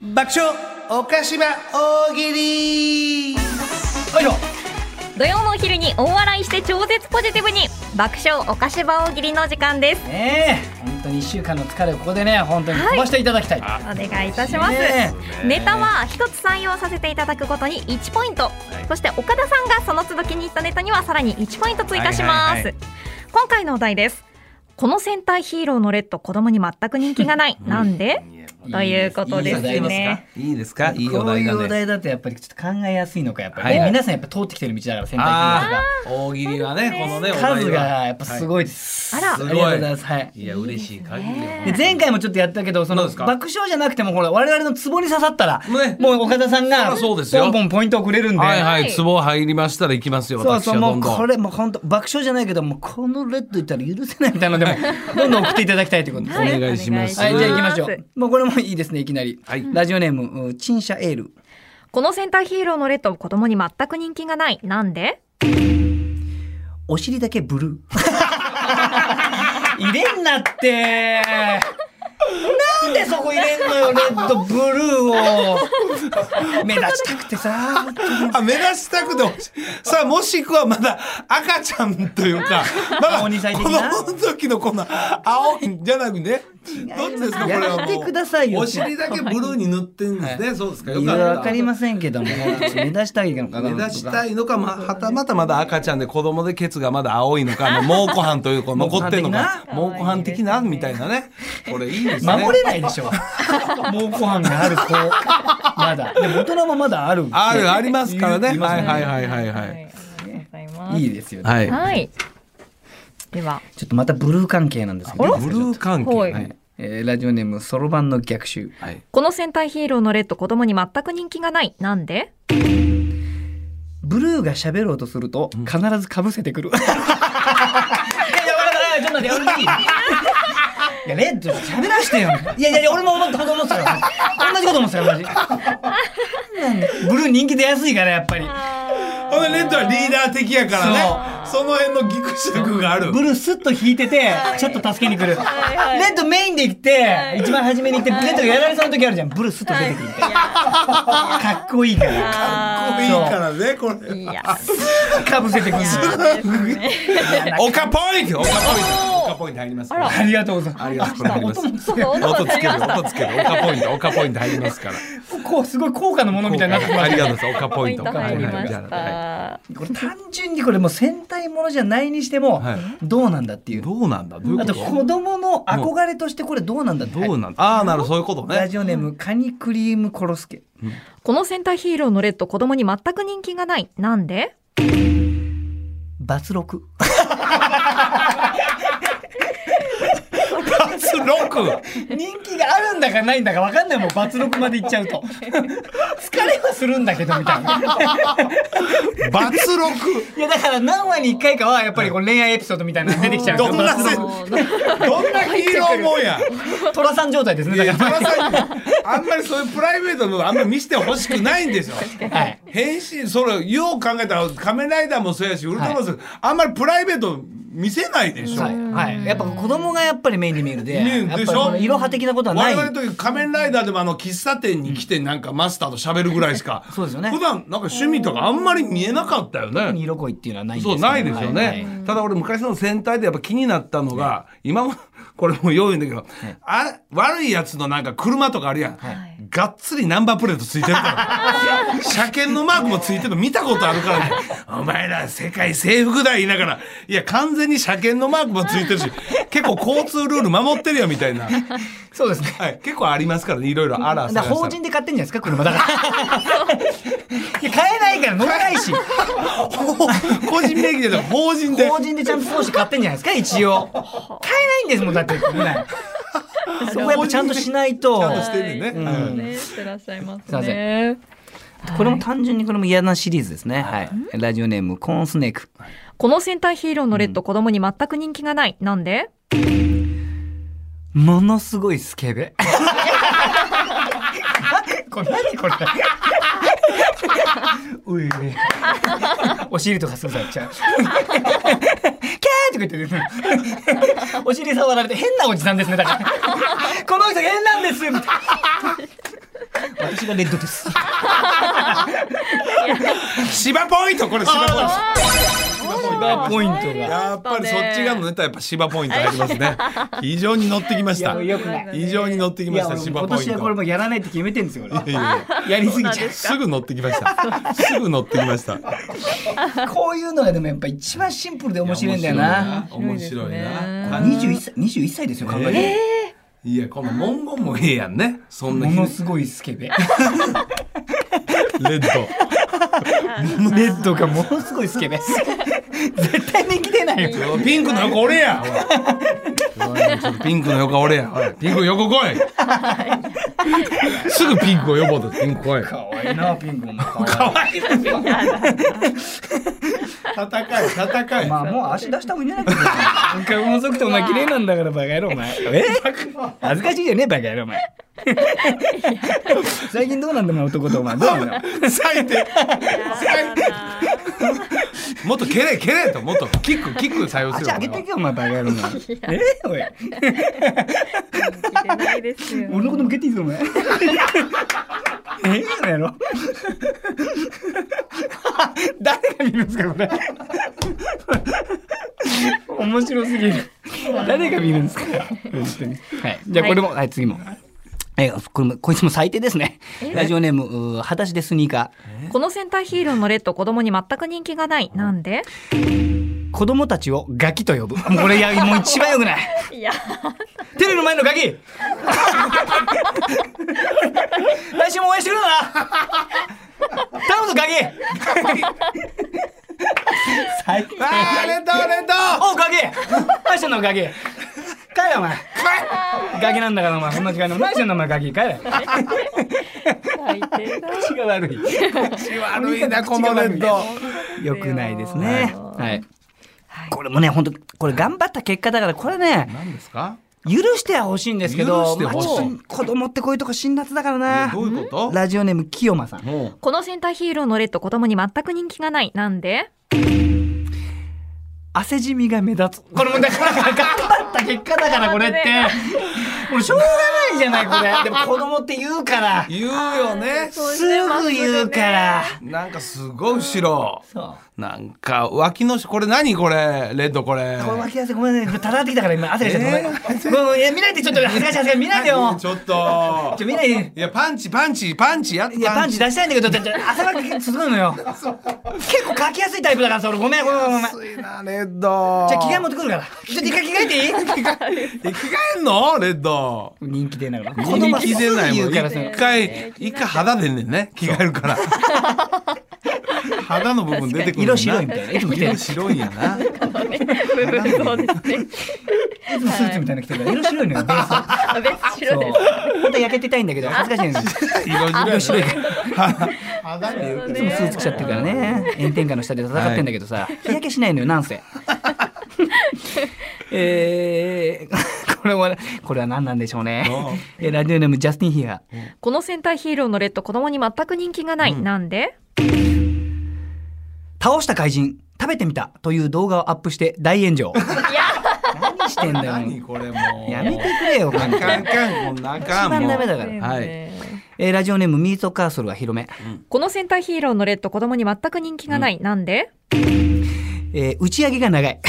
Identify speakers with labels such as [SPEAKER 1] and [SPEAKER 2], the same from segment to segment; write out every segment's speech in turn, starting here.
[SPEAKER 1] 爆笑岡島大喜利よいしょ
[SPEAKER 2] 土曜のお昼に大笑いして超絶ポジティブに爆笑お菓子場大喜利の時間です
[SPEAKER 1] ねえ本当に一週間の疲れをここでね本当に飛ばしていただきたい、
[SPEAKER 2] お願いいたします、
[SPEAKER 1] ね
[SPEAKER 2] ネタは一つ採用させていただくごとに1ポイント、そして岡田さんがその都度気に入ったネタにはさらに1ポイント追加しま
[SPEAKER 3] は
[SPEAKER 2] す、
[SPEAKER 3] いはいはい
[SPEAKER 2] 今回のお題ですこの戦隊ヒーローのレッド子供に全く人気がない、なんでということで
[SPEAKER 1] い
[SPEAKER 2] す
[SPEAKER 1] いです
[SPEAKER 2] ね
[SPEAKER 3] いいですかいいお
[SPEAKER 1] こう
[SPEAKER 3] 題
[SPEAKER 1] い
[SPEAKER 3] だ
[SPEAKER 1] うお
[SPEAKER 3] ね。
[SPEAKER 1] 題だとやっぱりちょっと考えやすいのかやっぱり、
[SPEAKER 3] はいはい
[SPEAKER 1] 皆さんやっぱ通ってきてる道だから選
[SPEAKER 3] あ
[SPEAKER 1] 択
[SPEAKER 3] あ、大喜利はね、このね、お
[SPEAKER 1] 肢
[SPEAKER 3] 題は
[SPEAKER 1] が数がやっぱすごいです、
[SPEAKER 2] あら
[SPEAKER 1] ありがとうございますはい
[SPEAKER 3] いや、嬉しい限り
[SPEAKER 2] いい
[SPEAKER 3] よ。
[SPEAKER 1] で前回もちょっとやったけどそ
[SPEAKER 3] どう
[SPEAKER 1] の
[SPEAKER 3] ですか
[SPEAKER 1] 爆笑じゃなくてもほら我々のツボに刺さったら、
[SPEAKER 3] ね
[SPEAKER 1] もう岡田さんが
[SPEAKER 3] そりゃそうですよ
[SPEAKER 1] ポンポンポイントをくれるんで、
[SPEAKER 3] はいはい、壺入りましたら行きますよ、
[SPEAKER 1] そう
[SPEAKER 3] 私
[SPEAKER 1] そう
[SPEAKER 3] は
[SPEAKER 1] も
[SPEAKER 3] どん
[SPEAKER 1] う
[SPEAKER 3] どん。
[SPEAKER 1] これもう本当爆笑じゃないけどもうこのレッドいったら許せないみたいなのでもどんどん送っていただきたいということです
[SPEAKER 3] は
[SPEAKER 1] ね。
[SPEAKER 3] いお願いします
[SPEAKER 1] はいじゃあ行きましょ
[SPEAKER 2] お願いし
[SPEAKER 1] う。もうこれもいいですねいきなり。
[SPEAKER 3] はい
[SPEAKER 1] ラジオネームう陳謝エール。
[SPEAKER 2] すこの戦隊ヒーローのレッド子供に全く人気がないなんで
[SPEAKER 1] お尻だけブルー。 入れんなって。なんでそこ入れんのよレッドブルーを目立ちたくてさ。
[SPEAKER 3] あ目指したくてほしいさあもしくはまだ赤ちゃんという かまだ
[SPEAKER 1] 青二歳的な
[SPEAKER 3] 子供の時のこの青いじゃなくねどっちですかこれはもう
[SPEAKER 1] やめてくださいよ
[SPEAKER 3] お尻だけブルーに塗ってんですね、そうですかよ
[SPEAKER 1] い
[SPEAKER 3] か
[SPEAKER 1] や
[SPEAKER 3] った
[SPEAKER 1] わかりませんけども目立ちたいのかな
[SPEAKER 3] 目指したいのか、まあ、はたまたまだ赤ちゃんで子供でケツがまだ青いのか、もう猛虎飯というこう残ってんのか猛
[SPEAKER 2] 猛
[SPEAKER 3] 虎
[SPEAKER 2] 虎
[SPEAKER 3] 飯
[SPEAKER 2] 飯
[SPEAKER 3] 的
[SPEAKER 2] 的
[SPEAKER 3] な
[SPEAKER 2] な
[SPEAKER 3] みたいなねこれいいですね
[SPEAKER 1] 守れないでしょ。もうご飯がある子。まだ。でも大人もまだある。
[SPEAKER 3] あるありますからね
[SPEAKER 1] 言い
[SPEAKER 3] は
[SPEAKER 1] ますね
[SPEAKER 3] いはいはいはいは
[SPEAKER 2] あり
[SPEAKER 3] い
[SPEAKER 2] がとうございます
[SPEAKER 1] いいですよね。
[SPEAKER 3] はい、
[SPEAKER 2] はいでは
[SPEAKER 1] ちょっとまたブルー関係なんですけど。
[SPEAKER 3] ブルー関係、
[SPEAKER 2] はい
[SPEAKER 3] はい
[SPEAKER 1] えーラジオネームそろばんの逆襲。
[SPEAKER 3] はい
[SPEAKER 2] この戦隊ヒーローのレッド子供に全く人気がないなんで
[SPEAKER 1] ブルーが喋ろうとすると必ず被せてくる。いやいやわからないちょっと待って俺いい。いやレッド喋らしてよ。いやいやいや俺も思ったこと思ってたよ。同じこと思ってたよマジ。なんでブルー人気出やすいからやっぱり。
[SPEAKER 3] ほんでレッドはリーダー的やからねその辺のギクシャクがある
[SPEAKER 1] ブルースッと引いてて、ちょっと助けに来る。レッドメインで行って、一番初めに行って、レッドがやられそうな時あるじゃん。ブルースッと出てくるみたいな。かっこいいから。
[SPEAKER 2] あ
[SPEAKER 3] いいからねこ
[SPEAKER 2] ーい
[SPEAKER 3] れ
[SPEAKER 2] や
[SPEAKER 1] かぶせてくる。
[SPEAKER 3] オカポイントオカポイントオカポイント入りますから
[SPEAKER 1] ありがとうござい
[SPEAKER 3] あ
[SPEAKER 1] ま
[SPEAKER 3] りがとうございます
[SPEAKER 2] そうか音
[SPEAKER 3] 音
[SPEAKER 2] が
[SPEAKER 3] つ
[SPEAKER 2] 足
[SPEAKER 3] け
[SPEAKER 2] り
[SPEAKER 3] る
[SPEAKER 2] ました
[SPEAKER 3] 音つけるオカポイントオカポイント入りますから
[SPEAKER 1] す。こう、すごい高価なものみたいになってきま
[SPEAKER 3] あ
[SPEAKER 1] し
[SPEAKER 3] り
[SPEAKER 1] た
[SPEAKER 3] がとうございますオカポ
[SPEAKER 2] ポ
[SPEAKER 3] イ
[SPEAKER 2] イ
[SPEAKER 3] ン
[SPEAKER 2] ン
[SPEAKER 3] ト
[SPEAKER 2] ト入りま
[SPEAKER 3] じ
[SPEAKER 2] し
[SPEAKER 3] ゃあはい
[SPEAKER 2] た
[SPEAKER 1] これ単純にこれもう戦隊ものじゃないにしても
[SPEAKER 3] はい、
[SPEAKER 1] どうなんだっていう。
[SPEAKER 3] どうなんだどういうこ
[SPEAKER 1] あ、
[SPEAKER 3] と
[SPEAKER 1] 子供の憧れとしてこれどうなんだって。
[SPEAKER 3] どうなんだああなるほどそういうこと
[SPEAKER 1] ラ
[SPEAKER 3] ね
[SPEAKER 1] ジオネーム、カニクリームコロスケ。
[SPEAKER 2] この戦隊ヒーローのレッド子供に全く人気がないなんで
[SPEAKER 1] バツ六。
[SPEAKER 3] バツ6
[SPEAKER 1] 人気があるんだかないんだか分かんないもん罰録まで行っちゃうと疲れはするんだけどみたいな
[SPEAKER 3] バツ6
[SPEAKER 1] いやだから何話に1回かはやっぱりこう恋愛エピソードみたいなの出てきちゃう
[SPEAKER 3] どんな
[SPEAKER 1] バツ
[SPEAKER 3] せ
[SPEAKER 1] 録
[SPEAKER 2] もう
[SPEAKER 3] どんなヒーローもんや
[SPEAKER 1] 寅さん状態ですねだか
[SPEAKER 3] 田中さんにあんまりそういうプライベートのあんまり見せてほしくないんですよ
[SPEAKER 1] らはい
[SPEAKER 3] 変身それよう考えたら仮面ライダーもそうやしウルトラマンもそうあんまりプライベート見せないでしょ、
[SPEAKER 1] はい、はい、やっぱ子供がやっぱりメインに見えるで
[SPEAKER 3] 見えるでしょ
[SPEAKER 1] やっぱこのいろは的なことはな
[SPEAKER 3] 我
[SPEAKER 1] い
[SPEAKER 3] 々という仮面ライダーでもあの喫茶店に来てなんかマスターと喋るぐらいしか
[SPEAKER 1] そうですよね
[SPEAKER 3] 普段なんか趣味とかあんまり見えなかったよね
[SPEAKER 1] 色恋っていうのはないんです
[SPEAKER 3] そうないですよね、
[SPEAKER 1] はいはい
[SPEAKER 3] ただ俺昔の戦隊でやっぱ気になったのが、今も これもう用意んだけど、あ悪いやつのなんか車とかあるやん、がっつりナンバープレートついてるから 車検のマークもついてるの見たことあるからねお前ら世界征服だ言いながらいや完全に車検のマークもついてる し結構交通ルール守ってるよみたいな、
[SPEAKER 1] そうですね
[SPEAKER 3] はい、結構ありますからねいろいろあら
[SPEAKER 1] だから法人で買ってんじゃないですか車だから いや買えないから乗らないし
[SPEAKER 3] 個人名義で法人で
[SPEAKER 1] 法人でちゃんと投資買ってんじゃないですか一応買えないんですもんだって国内そこやっぱちゃんとしないと
[SPEAKER 3] ちゃんとしてるね、
[SPEAKER 1] うん
[SPEAKER 3] うん
[SPEAKER 2] ねしてらっしゃいます
[SPEAKER 1] いませ
[SPEAKER 2] ね
[SPEAKER 1] これも単純にこれも嫌なシリーズですねはいラジオネームコーンスネーク
[SPEAKER 2] この戦隊ヒーローのレッド子供に全く人気がないなんで
[SPEAKER 1] ものすごいスケ ベこれ何これういお尻とかすぐ触っちゃうキャーって言ってお尻触られて変なおじさんですねだからこの人変なんですみたいな私がレッドです。
[SPEAKER 3] 芝ポイントこれ芝ポイント
[SPEAKER 1] 芝ポイントが。
[SPEAKER 3] やっぱりそっち側のネタはやっぱ芝ポイントあります ね非常に乗ってきました
[SPEAKER 1] いやよくない
[SPEAKER 3] 非常に乗ってき
[SPEAKER 1] い
[SPEAKER 3] ま
[SPEAKER 1] や
[SPEAKER 3] した
[SPEAKER 1] 俺
[SPEAKER 3] 芝
[SPEAKER 1] 今
[SPEAKER 3] ポイン
[SPEAKER 1] 年はこれ
[SPEAKER 3] ト
[SPEAKER 1] もうやらないって決めてんですよ俺はい
[SPEAKER 3] やいやい
[SPEAKER 1] やりすぎ
[SPEAKER 3] や
[SPEAKER 1] ちゃう
[SPEAKER 3] すぐ乗ってきましたすぐ乗ってきました
[SPEAKER 1] こういうのがでもやっぱ一番シンプルで面白いんだよな
[SPEAKER 3] 面白いな
[SPEAKER 1] 21歳21歳ですよ考えて
[SPEAKER 3] えーいやこの文言もええやんねそんな
[SPEAKER 1] も
[SPEAKER 3] 日
[SPEAKER 1] の
[SPEAKER 3] レ
[SPEAKER 1] すごいスケベ
[SPEAKER 3] ッド
[SPEAKER 1] レッドが ものすごいスケベ 絶対人気出ないよ
[SPEAKER 3] おいピンクの横俺やおいおいちょっとピンクの横俺やおいピンク横来い すぐピンクを呼ぼうとピンク来い
[SPEAKER 1] 可愛いなピンクも
[SPEAKER 3] 可愛いな戦い戦い
[SPEAKER 1] まあもう足出した方がいいんじゃないかな顔細くてお前綺麗なんだからバカ野郎お前え恥ずかしいじゃねえバカ野郎お前 最近どうなんだお前男とお前どうなんだ
[SPEAKER 3] 最低もっと蹴れ蹴れともっとキックキック採用す
[SPEAKER 1] 足
[SPEAKER 3] る
[SPEAKER 1] 上げてけよお前バカ野郎お前えおい
[SPEAKER 2] いけないですよ。
[SPEAKER 1] 俺のことも蹴っていいぞお前ええのやろ誰が見るんですかこれ面白すぎる誰が見るんですか本当にはいじゃあこれもはい、次もえこれもこいつも最低ですねラジオネームうー裸足でスニーカ
[SPEAKER 2] この戦隊ヒーローのレッド子供に全く人気がない。なんで？
[SPEAKER 1] ー子供たちをガキと呼ぶもうこれやもう一番よくない
[SPEAKER 2] いや、
[SPEAKER 1] テレビの前のガキ来週も応援してくれよな頼むぞガキ最低
[SPEAKER 3] あーレッドレッド
[SPEAKER 1] おうガキ何してんのガキ帰れお前ガキなんだからお前こんな時間に何してんのお前ガキ帰れ
[SPEAKER 2] 最低だ。
[SPEAKER 1] 口が悪
[SPEAKER 3] 口悪いなこのレッド
[SPEAKER 1] いよくないですねはいこれもね本当これ頑張った結果だからこれね
[SPEAKER 3] 何ですか
[SPEAKER 1] 許してはほしいんですけど
[SPEAKER 3] 許してほしい
[SPEAKER 1] まあちょっと子供ってこういうとこ辛辣だからな
[SPEAKER 3] どういうこと
[SPEAKER 1] ラジオネーム清間さん
[SPEAKER 3] も
[SPEAKER 2] この戦隊ヒーローのレッド子供に全く人気がない。なんで？
[SPEAKER 1] 汗じみが目立つこれもだから頑張った結果だからこれってもうしょうがないじゃないこ れでも子供って言うから
[SPEAKER 3] う言うよね
[SPEAKER 1] すぐ言うから
[SPEAKER 3] なんかすごい後ろ
[SPEAKER 1] そう
[SPEAKER 3] なんか脇の下これ何これレッドこれ
[SPEAKER 1] これ脇汗ごめんねこれたらってきたから今汗がしてごめん
[SPEAKER 3] え
[SPEAKER 1] ごめんいや見ないでちょっと恥ずかしい恥ずかしい見ないでよ
[SPEAKER 3] ちょっと
[SPEAKER 1] ちょ見ないで
[SPEAKER 3] いやパンチパンチパンチやっ
[SPEAKER 1] いやパンチ出したいんだけどちょっと汗ばっかりすごいのよ結構かきやすいタイプだからさ俺ごめんごめんごめんごめん
[SPEAKER 3] 安いなレッド
[SPEAKER 1] じゃあ着替え持ってくるからちょっと一回着替えていい
[SPEAKER 3] え着替えんのレッド
[SPEAKER 1] 人気出ないわ子供
[SPEAKER 3] 人
[SPEAKER 1] はす
[SPEAKER 3] 気
[SPEAKER 1] ぐ
[SPEAKER 3] 出ない
[SPEAKER 1] 言
[SPEAKER 3] も
[SPEAKER 1] うんから
[SPEAKER 3] 一
[SPEAKER 1] さ
[SPEAKER 3] 回一回肌でねんね着替えるから肌の部分出てくる
[SPEAKER 1] 色白いみ
[SPEAKER 3] な
[SPEAKER 1] たいないつも着てる
[SPEAKER 3] 色白いんや な
[SPEAKER 2] 部分そうですね。
[SPEAKER 1] いつもスーツみたいなの着てるから色白いのよベース
[SPEAKER 2] あ別白
[SPEAKER 1] そう
[SPEAKER 2] です。
[SPEAKER 1] 本当は焼けてたいんだけど恥ずかしいんですよ
[SPEAKER 3] 色白い肌に
[SPEAKER 1] いつもスーツ着ちゃってるからね炎天下の下で戦ってんだけどさ、日焼けしないのよなんせえー、これはこれは何なんでしょうね
[SPEAKER 3] ああ
[SPEAKER 1] えーラジオネームジャスティン・ヒア
[SPEAKER 2] この戦隊ヒーローのレッド子供に全く人気がない。なんで？
[SPEAKER 1] 倒した怪人食べてみたという動画をアップして大炎上
[SPEAKER 2] いや、
[SPEAKER 1] 何してんだよ
[SPEAKER 3] 何これもう
[SPEAKER 1] やめてくれよ
[SPEAKER 3] あかん
[SPEAKER 1] 本当に
[SPEAKER 3] あかんこんなあか
[SPEAKER 1] 一
[SPEAKER 3] んもう
[SPEAKER 1] 番ダメだから、
[SPEAKER 3] はい
[SPEAKER 1] えーラジオネームミートカーソルは広め、
[SPEAKER 2] この戦隊ヒーローのレッド子供に全く人気がない。なんで？
[SPEAKER 1] えー打ち上げが長い
[SPEAKER 3] 子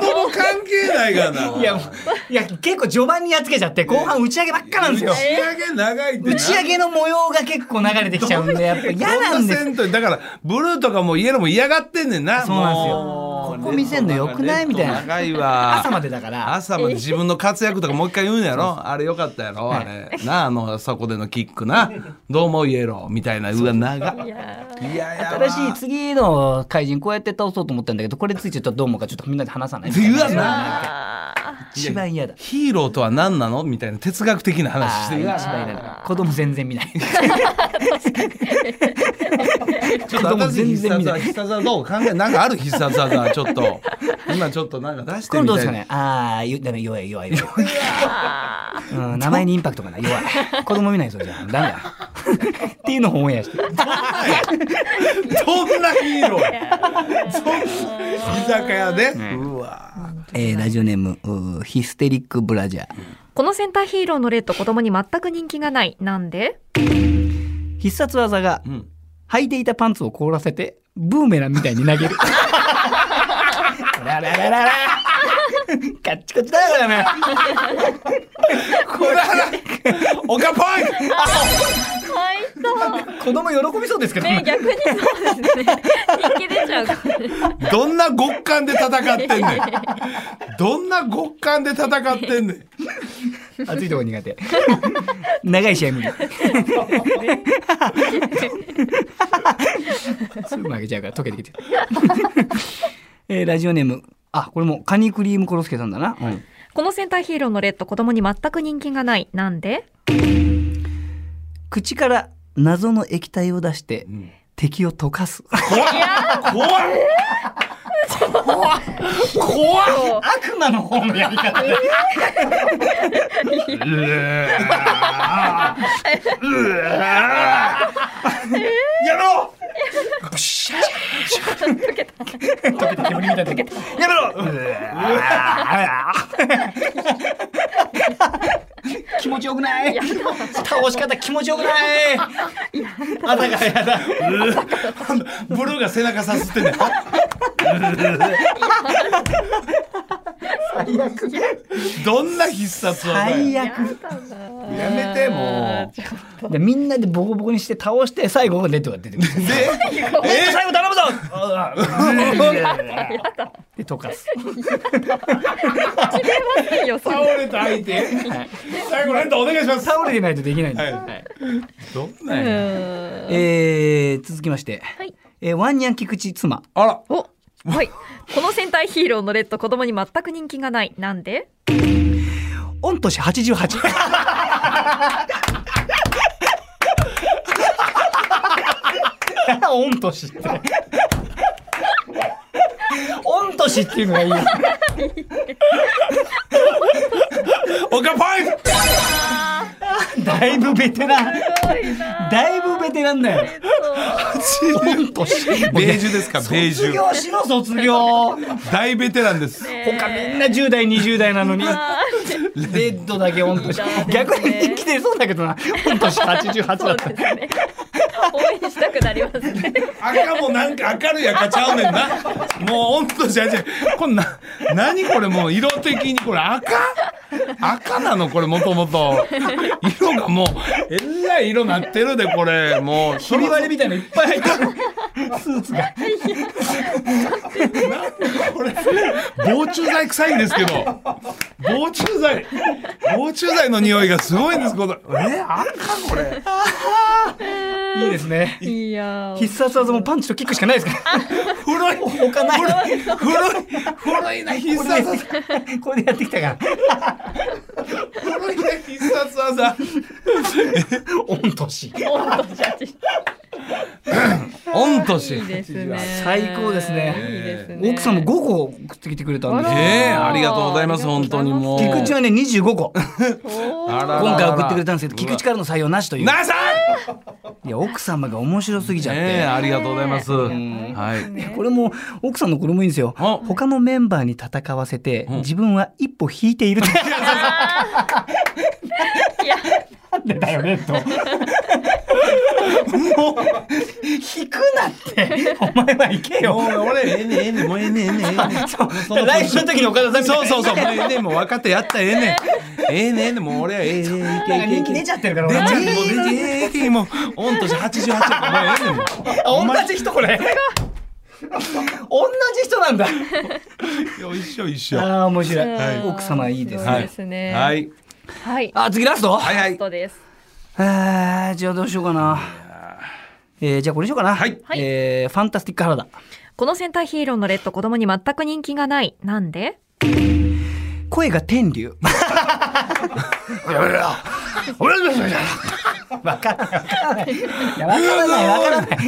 [SPEAKER 3] 供関係ないがない
[SPEAKER 1] いやもういや結構序盤にやっつけちゃって後半打ち上げばっかなんですよ
[SPEAKER 3] 打ち上げ長いって
[SPEAKER 1] 打ち上げの模様が結構流れてきちゃうんでやっぱ嫌なんです
[SPEAKER 3] すだからブルーとかもイエローも嫌がってんねんな
[SPEAKER 1] そうなんですよ
[SPEAKER 3] もう
[SPEAKER 1] ここ見せんの良くないみたいな
[SPEAKER 3] レッド長いわ
[SPEAKER 1] 朝までだから
[SPEAKER 3] 朝まで自分の活躍とかもう一回言うんやろあれよかったやろあれなあのそこでのキックなどうもイエローみたいなうわ長いいややわ
[SPEAKER 1] 新しい次の怪人こうやって倒そうと思ったんだけどこれついちゃったらどう思うかちょっとみんなで話さないみたいな
[SPEAKER 3] うわな
[SPEAKER 1] 一番嫌だ
[SPEAKER 3] ヒーローとは何なのみたいな哲学的な話し
[SPEAKER 1] あ
[SPEAKER 3] て
[SPEAKER 1] ー一
[SPEAKER 3] うわ
[SPEAKER 1] 番嫌だ子供全然 見ない
[SPEAKER 3] ちょっと私必殺技必殺技どう考えなんかある必殺技ちょっと今ちょっとなんか出して
[SPEAKER 1] 今
[SPEAKER 3] み
[SPEAKER 1] 度どうで
[SPEAKER 3] たいな
[SPEAKER 1] すかねああ言ったら弱い弱い弱いうん名前にインパクトがない弱い子供見ないぞじゃあダメだ っていうのをオンエアして
[SPEAKER 3] どんなヒーローやそんな居酒屋でうわ
[SPEAKER 1] えーラジオネームうーヒステリックブラジャー
[SPEAKER 2] このセンターヒーローのレッド子供に全く人気がないなんで
[SPEAKER 1] 必殺技が
[SPEAKER 3] うん。
[SPEAKER 1] 履いていたパンツを凍らせてブーメランみたいに投げる ラララララカッチコチだよこれね
[SPEAKER 3] これは、おかぱい
[SPEAKER 2] かわいそう
[SPEAKER 1] 子供喜びそうですけど
[SPEAKER 2] ね逆にそうですね人気出ちゃうかもね
[SPEAKER 3] どんな極寒で戦ってんねん。どんな極寒で戦ってんねん。
[SPEAKER 1] 暑いとこ苦手長い試合無理すぐ負けちゃうから溶けてきてえーラジオネームあこれもカニクリームコロスケさんだな、うん
[SPEAKER 2] このセンターヒーローのレッド子供に全く人気がないなんで
[SPEAKER 1] 口から謎の液体を出して、敵を溶かす
[SPEAKER 3] 怖っ怖っ怖っ怖っ
[SPEAKER 1] 悪魔の方のやり方
[SPEAKER 3] うわーうわーやろう
[SPEAKER 1] やめろ気持ちよくない倒し方気持ちよくないあたかやだ
[SPEAKER 3] ブルーが背中さすってんねんどんな必殺技や
[SPEAKER 1] 最悪
[SPEAKER 3] やめても
[SPEAKER 1] でみんなでボコボコにして倒して最後レッドが出てくる
[SPEAKER 3] うで
[SPEAKER 1] え最後頼むぞで溶かす
[SPEAKER 2] いいよそん
[SPEAKER 3] 倒
[SPEAKER 2] な
[SPEAKER 3] れた相手最後レンタお願いします
[SPEAKER 1] 倒れてないとできないんだ、
[SPEAKER 3] はい
[SPEAKER 1] はい
[SPEAKER 3] どんなんや
[SPEAKER 1] えー続きまして、
[SPEAKER 2] はい
[SPEAKER 1] えーワンニャン菊池妻
[SPEAKER 3] あら
[SPEAKER 2] おはいこの戦隊ヒーローのレッド子供に全く人気がないなんで
[SPEAKER 1] 御年88 御年って御年っていうのがいいよ
[SPEAKER 3] おかぱい
[SPEAKER 1] だいぶベテラン だいぶベテランだよ御 年
[SPEAKER 3] ベージュですかベージ
[SPEAKER 1] 卒
[SPEAKER 3] ュ
[SPEAKER 1] 業しろ卒業
[SPEAKER 3] 大ベテランです
[SPEAKER 1] 他みんな10代20代な のにレッドだけ御年逆に人気出そうだけどな御年88だ
[SPEAKER 2] そう
[SPEAKER 1] っ
[SPEAKER 2] で
[SPEAKER 1] た
[SPEAKER 2] すね応援したくなりますね
[SPEAKER 3] 赤もなんか明るい赤ちゃうねんなもうほんとじゃじゃこんな何これもう色的にこれ赤赤なのこれもともと色がもうえらい色なってるでこれもう
[SPEAKER 1] ひび割れみたいのいっぱい入ってるスーツが
[SPEAKER 3] これ防虫剤臭いんですけど防虫剤防虫剤の匂いがすごいんですこのえ赤これ
[SPEAKER 1] いいですね
[SPEAKER 2] いや
[SPEAKER 1] 必殺技もパンチとキックしかないですから
[SPEAKER 3] 古い
[SPEAKER 1] 他ない
[SPEAKER 3] 古い古い古いな必殺技
[SPEAKER 1] これでやってきたから
[SPEAKER 3] 古いな必殺技
[SPEAKER 1] 御年
[SPEAKER 3] 御年
[SPEAKER 2] いいですね
[SPEAKER 1] 最高ですね
[SPEAKER 2] いいですね
[SPEAKER 1] 奥さんも5個送ってきてくれたん
[SPEAKER 2] あ
[SPEAKER 1] で
[SPEAKER 2] ら
[SPEAKER 3] ええありがとうございます
[SPEAKER 2] あり
[SPEAKER 3] 本
[SPEAKER 2] がと
[SPEAKER 3] 当
[SPEAKER 2] うございます
[SPEAKER 3] にもう
[SPEAKER 1] 菊池はね25個
[SPEAKER 3] あららら
[SPEAKER 1] 今回送ってくれたんですけど菊池からの採用なしという
[SPEAKER 3] なさん
[SPEAKER 1] いや奥様が面白すぎちゃっ
[SPEAKER 3] ねえ
[SPEAKER 1] て
[SPEAKER 3] ありがとうございますはい
[SPEAKER 1] これも奥さんのこれもいいんですよ
[SPEAKER 3] あ
[SPEAKER 1] 他のメンバーに戦わせて
[SPEAKER 3] ん
[SPEAKER 1] 自分は一歩引いている
[SPEAKER 2] いや
[SPEAKER 1] なんでだよねともう引くなってお前は行けよ
[SPEAKER 3] もう俺ええねんええねんもうええねんええねんええねん
[SPEAKER 1] だから来週の時に岡田さんみたい
[SPEAKER 3] そう
[SPEAKER 1] に
[SPEAKER 3] そうそうもうええねんもう若手やったらええねんええねんええねんもう俺はええねんいけ
[SPEAKER 1] なんか
[SPEAKER 3] いけ
[SPEAKER 1] 人気
[SPEAKER 3] いけ
[SPEAKER 1] 出ちゃってるから
[SPEAKER 3] 出
[SPEAKER 1] 俺
[SPEAKER 3] ちゃってもう出ちゃってええいけいけもう御年88やもうええねんもう
[SPEAKER 1] あ同じ人これ同じ人なんだ
[SPEAKER 3] よいしょ一緒
[SPEAKER 1] ああ面白
[SPEAKER 2] はい
[SPEAKER 1] い奥様いいですね
[SPEAKER 2] は
[SPEAKER 3] はいい
[SPEAKER 2] ですね
[SPEAKER 3] はい
[SPEAKER 2] はい
[SPEAKER 1] あ次ラスト
[SPEAKER 3] はいは
[SPEAKER 2] ラス
[SPEAKER 3] い
[SPEAKER 2] トです
[SPEAKER 1] えーじゃあどうしようかなえーじゃあこれにしようかな
[SPEAKER 3] はい
[SPEAKER 2] はい
[SPEAKER 1] えーファンタスティック原田
[SPEAKER 2] この戦隊ヒーローのレッド子供に全く人気がないなんで
[SPEAKER 1] 声が天竜。わからない。 いやわからない。わからない。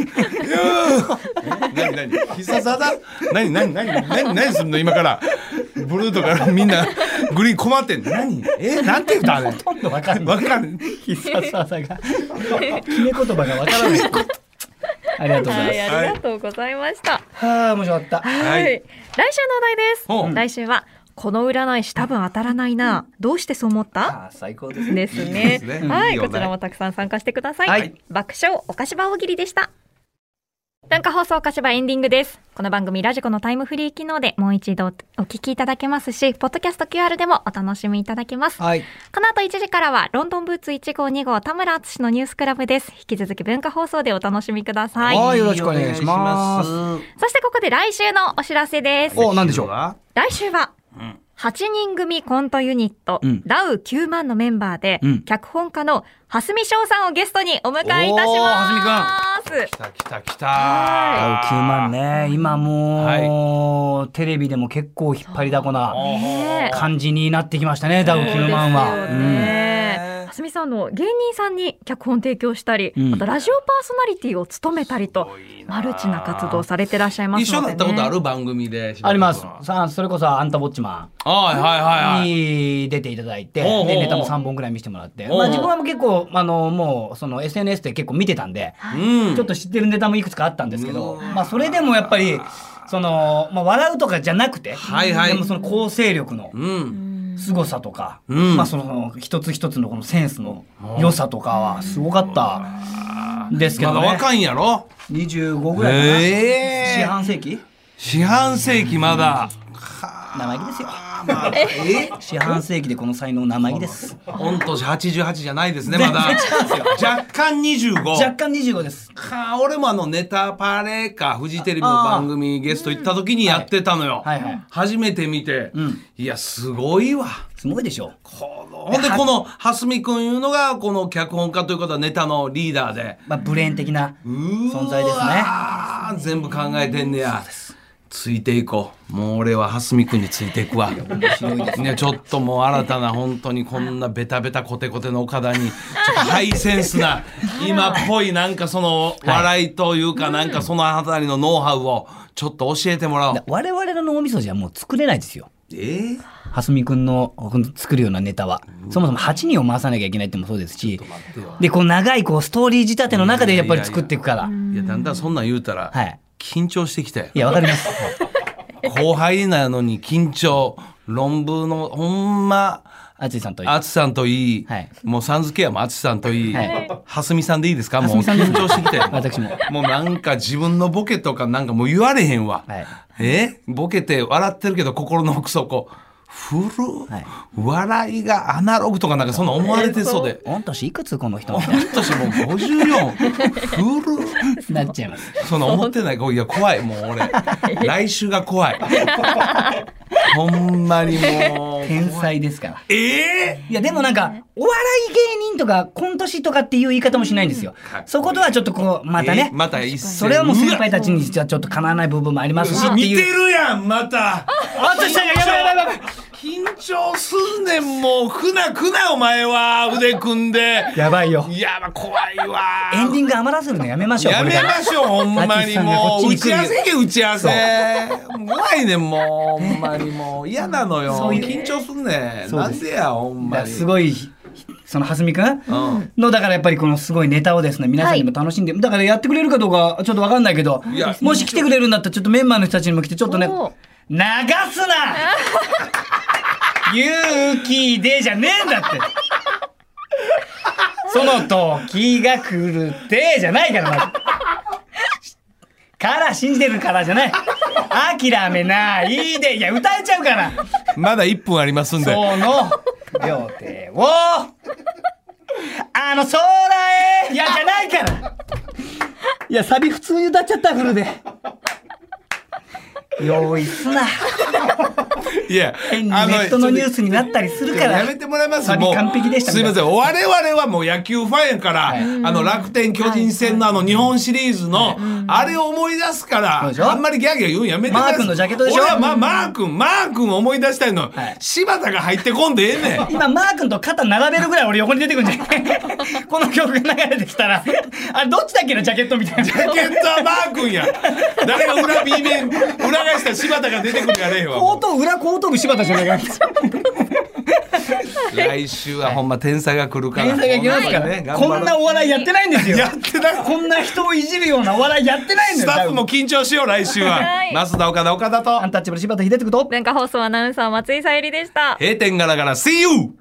[SPEAKER 3] 何何必殺技何何何何何すんの今からブルーとかみんなグリーン困ってんの何えなんて言ったあれ
[SPEAKER 1] 今度わかん ない。
[SPEAKER 3] わかんない
[SPEAKER 1] 必殺技が。決め言葉がわからない。 ありがとうございま
[SPEAKER 2] は
[SPEAKER 1] す
[SPEAKER 2] い。ありがとうございました
[SPEAKER 1] はあ、面白かった。
[SPEAKER 2] はい、
[SPEAKER 3] はい
[SPEAKER 2] 来週のお題です
[SPEAKER 3] ほう
[SPEAKER 2] 来週はこの占い師多分当たらないな。どうしてそう思った
[SPEAKER 1] あー最高ですね。
[SPEAKER 2] ですね。
[SPEAKER 3] いいですね
[SPEAKER 2] は
[SPEAKER 3] い
[SPEAKER 2] いい、
[SPEAKER 3] よね
[SPEAKER 2] こちらもたくさん参加してください。
[SPEAKER 1] はい
[SPEAKER 2] 爆笑お菓子場大喜利でした。文化放送お菓子場エンディングです。この番組ラジコのタイムフリー機能でもう一度お聞きいただけますし、ポッドキャスト QR でもお楽しみいただけます。こ
[SPEAKER 1] はい。
[SPEAKER 2] の後1時からはロンドンブーツ1号2号田村淳のニュースクラブです。引き続き文化放送でお楽しみください。
[SPEAKER 1] はいよろしくお願いします
[SPEAKER 2] そしてここで来週のお知らせです。
[SPEAKER 1] お、なんでしょう。
[SPEAKER 3] か
[SPEAKER 2] 来週は、8人組コントユニット、
[SPEAKER 1] うん
[SPEAKER 2] ダウ9万のメンバーで、
[SPEAKER 1] うん
[SPEAKER 2] 脚本家の蓮見翔さんをゲストにお迎えいたします
[SPEAKER 3] 来。た来た来た
[SPEAKER 2] は
[SPEAKER 1] 9万ね。今もう、テレビでも結構引っ張りだこな
[SPEAKER 2] ねえ
[SPEAKER 1] 感じになってきましたね、ダウ9万
[SPEAKER 2] そう
[SPEAKER 1] は。
[SPEAKER 2] ですよね蓮見さんあの芸人さんに脚本提供したり、
[SPEAKER 1] うん
[SPEAKER 2] あとラジオパーソナリティを務めたりとマルチな活動をされてらっしゃいます
[SPEAKER 3] 一緒
[SPEAKER 2] の
[SPEAKER 3] に
[SPEAKER 2] で、
[SPEAKER 3] な
[SPEAKER 2] ね、
[SPEAKER 3] ったことある番組で
[SPEAKER 1] あります
[SPEAKER 3] は。い
[SPEAKER 1] さあ、それこそアンタウォッチマン。
[SPEAKER 3] はいはいはい
[SPEAKER 1] に出ていただい
[SPEAKER 3] お
[SPEAKER 1] て、
[SPEAKER 3] うおうおう
[SPEAKER 1] でネタも3本ぐらい見せてもらって、
[SPEAKER 3] おうおう
[SPEAKER 1] まあ、自分はもう結構あのもうその SNS で結構見てたんで、
[SPEAKER 3] うん
[SPEAKER 1] ちょっと知ってるネタもいくつかあったんですけど、
[SPEAKER 3] うん
[SPEAKER 1] まあ、それでもやっぱりその、まあ、笑うとかじゃなくて、
[SPEAKER 3] はいはい
[SPEAKER 1] でもその構成力の
[SPEAKER 3] うん
[SPEAKER 1] 凄さとか、
[SPEAKER 3] うん
[SPEAKER 1] まあ、その一つ一つのこのセンスの良さとかはすごかったですけ
[SPEAKER 3] ま
[SPEAKER 1] ど、
[SPEAKER 3] だ
[SPEAKER 1] ね、
[SPEAKER 3] 若いんやろ
[SPEAKER 1] 25ぐらいかな、四
[SPEAKER 3] ええ
[SPEAKER 1] 半世紀
[SPEAKER 3] 四半世紀まだ
[SPEAKER 1] 生意気ですよ
[SPEAKER 3] あまあえ
[SPEAKER 1] 四半世紀でこの才能生意気です
[SPEAKER 3] 御年88じゃないですねまだ若干
[SPEAKER 1] 若
[SPEAKER 3] 25
[SPEAKER 1] 干25です
[SPEAKER 3] か俺もあのネタパレかフジテレビの番組ゲスト行った時にやってたのよ
[SPEAKER 1] はいはい
[SPEAKER 3] 初めて見て
[SPEAKER 1] うん
[SPEAKER 3] いやすごいわ
[SPEAKER 1] すごいでしょ
[SPEAKER 3] このほんでこの蓮見君いうのがこの脚本家ということはネタのリーダーで
[SPEAKER 1] まあ、ブレーン的な存在です
[SPEAKER 3] う
[SPEAKER 1] ね。
[SPEAKER 3] わー全部考えてんねやついていこうもう俺は蓮見君についていくわね、ちょっともう新たな本当にこんなベタベタコテコテの岡田にちょっとハイセンスな今っぽいなんかその笑いというかなんかそのあたりのノウハウをちょっと教えてもらおう
[SPEAKER 1] だ我々の脳みそじゃもう作れないですよ。
[SPEAKER 3] えー、
[SPEAKER 1] 蓮見くんの作るようなネタは。そもそも8人を回さなきゃいけないってもそうですし、で、こう長いこうストーリー仕立ての中でやっぱり作っていくから。
[SPEAKER 3] いやだんだんそんなん言うたら
[SPEAKER 1] はい
[SPEAKER 3] 緊張してきて
[SPEAKER 1] いや、わかります。
[SPEAKER 3] 後輩なのに緊張論文のほんま
[SPEAKER 1] 淳さんと。
[SPEAKER 3] 淳さんといい、
[SPEAKER 1] はい
[SPEAKER 3] もうさん付けやも淳さんといい、
[SPEAKER 1] はい
[SPEAKER 3] 蓮見さんでいいですかもう
[SPEAKER 1] 蓮見さんで
[SPEAKER 3] 緊張してきて
[SPEAKER 1] 私も
[SPEAKER 3] もうなんか自分のボケとかなんかもう言われへんわ、
[SPEAKER 1] はい
[SPEAKER 3] えボケて笑ってるけど心の奥底古っ、
[SPEAKER 1] はい
[SPEAKER 3] 笑いがアナログとかなんかそんな思われてそうで。
[SPEAKER 1] 御年いくつこの 人
[SPEAKER 3] ほんとしもう54古っ
[SPEAKER 1] なっちゃいます。
[SPEAKER 3] その思ってない子いや怖いもう 俺来週が怖い ほんまにもう
[SPEAKER 1] 天才ですから。
[SPEAKER 3] ええ
[SPEAKER 1] いやでもなんか、お笑い芸人とか、コント師とかっていう言い方もしないんですよ
[SPEAKER 3] かっこい。い
[SPEAKER 1] そことはちょっとこう、またね
[SPEAKER 3] え。また一戦
[SPEAKER 1] それはもう先輩たちにじゃちょっとかなわない部分もありますしって
[SPEAKER 3] 似て
[SPEAKER 1] いう。
[SPEAKER 3] るやんまた
[SPEAKER 1] あ淳さんがやばいやばいやばい
[SPEAKER 3] 緊張すんねんもうくなくなお前は腕組んで
[SPEAKER 1] やばいよ。
[SPEAKER 3] いやまあ怖いわ
[SPEAKER 1] エンディング余らせるのやめましょう。
[SPEAKER 3] や
[SPEAKER 1] これ
[SPEAKER 3] め
[SPEAKER 1] から
[SPEAKER 3] ましょうほんまにもう打
[SPEAKER 1] 淳
[SPEAKER 3] ち
[SPEAKER 1] さ
[SPEAKER 3] 合わ
[SPEAKER 1] んがこっち
[SPEAKER 3] せ
[SPEAKER 1] に
[SPEAKER 3] 行け打ち合わせ怖いねんもうほんまにもう嫌なのよ
[SPEAKER 1] そういう
[SPEAKER 3] 緊張すんねん
[SPEAKER 1] そう
[SPEAKER 3] な
[SPEAKER 1] で
[SPEAKER 3] ん
[SPEAKER 1] す
[SPEAKER 3] でやほんま
[SPEAKER 1] だから
[SPEAKER 3] に
[SPEAKER 1] すごい、その蓮見くん
[SPEAKER 3] ん
[SPEAKER 1] の、だからやっぱりこのすごいネタをですね、皆さんにも楽しんで、だからやってくれるかどうかちょっとわかんないけど
[SPEAKER 3] いや、
[SPEAKER 1] もし来てくれるんだったらちょっとメンバーの人たちにも来て、ちょっとね、
[SPEAKER 2] おー
[SPEAKER 1] 流す な勇気でじゃねえんだって。その時が来るってじゃないから、まずから信じてるからじゃない。諦めないで。いや、歌えちゃうから。
[SPEAKER 3] まだ1分ありますんで
[SPEAKER 1] その両手を、あの空へいや、じゃないからいや、サビ普通に歌っちゃった、フルで。用意すな。
[SPEAKER 3] いや
[SPEAKER 1] 変にネットのニュースになったりするから。
[SPEAKER 3] やめてもらいます
[SPEAKER 1] サビ
[SPEAKER 3] もう
[SPEAKER 1] 完璧でした
[SPEAKER 3] す
[SPEAKER 1] み
[SPEAKER 3] い
[SPEAKER 1] たい
[SPEAKER 3] ま
[SPEAKER 1] な
[SPEAKER 3] せん我々はもう野球ファンやから、あの楽天巨人戦のあの日本シリーズのあれを思い出すから、
[SPEAKER 1] そうでしょ
[SPEAKER 3] あんまりギャーギャー言うんやめてください
[SPEAKER 1] マー君のジャケットでしょ
[SPEAKER 3] 俺は、ま、マー君マー君を思い出したいの、
[SPEAKER 1] はい
[SPEAKER 3] 柴田が入ってこんでええねん
[SPEAKER 1] 今、マー君と肩並べるぐらい俺横に出てくるんじゃ ないこの曲が流れてきたら、あれ、どっちだっけのジャケットみたいな。
[SPEAKER 3] ジャケットはマー君や誰が裏 B 面裏返したら柴田が出てくるやれへんわ
[SPEAKER 1] 後
[SPEAKER 3] もう
[SPEAKER 1] 頭、裏後頭部柴田じゃないか。
[SPEAKER 3] 来週はほんま天才が来るから。
[SPEAKER 1] 天才が来ますから
[SPEAKER 3] ね
[SPEAKER 1] ね。こんなお笑いやってないんですよ。 やってない。こんな人をいじるようなお笑いやってないんだ
[SPEAKER 3] ス
[SPEAKER 1] よ。
[SPEAKER 3] タッフも緊張しよう来週
[SPEAKER 2] は。
[SPEAKER 3] はい増田岡田岡田と
[SPEAKER 1] アンタッチャブル柴田秀嗣と。
[SPEAKER 2] 文化放送アナウンサー松井さゆりでした。
[SPEAKER 3] 閉店ガラガラ See you。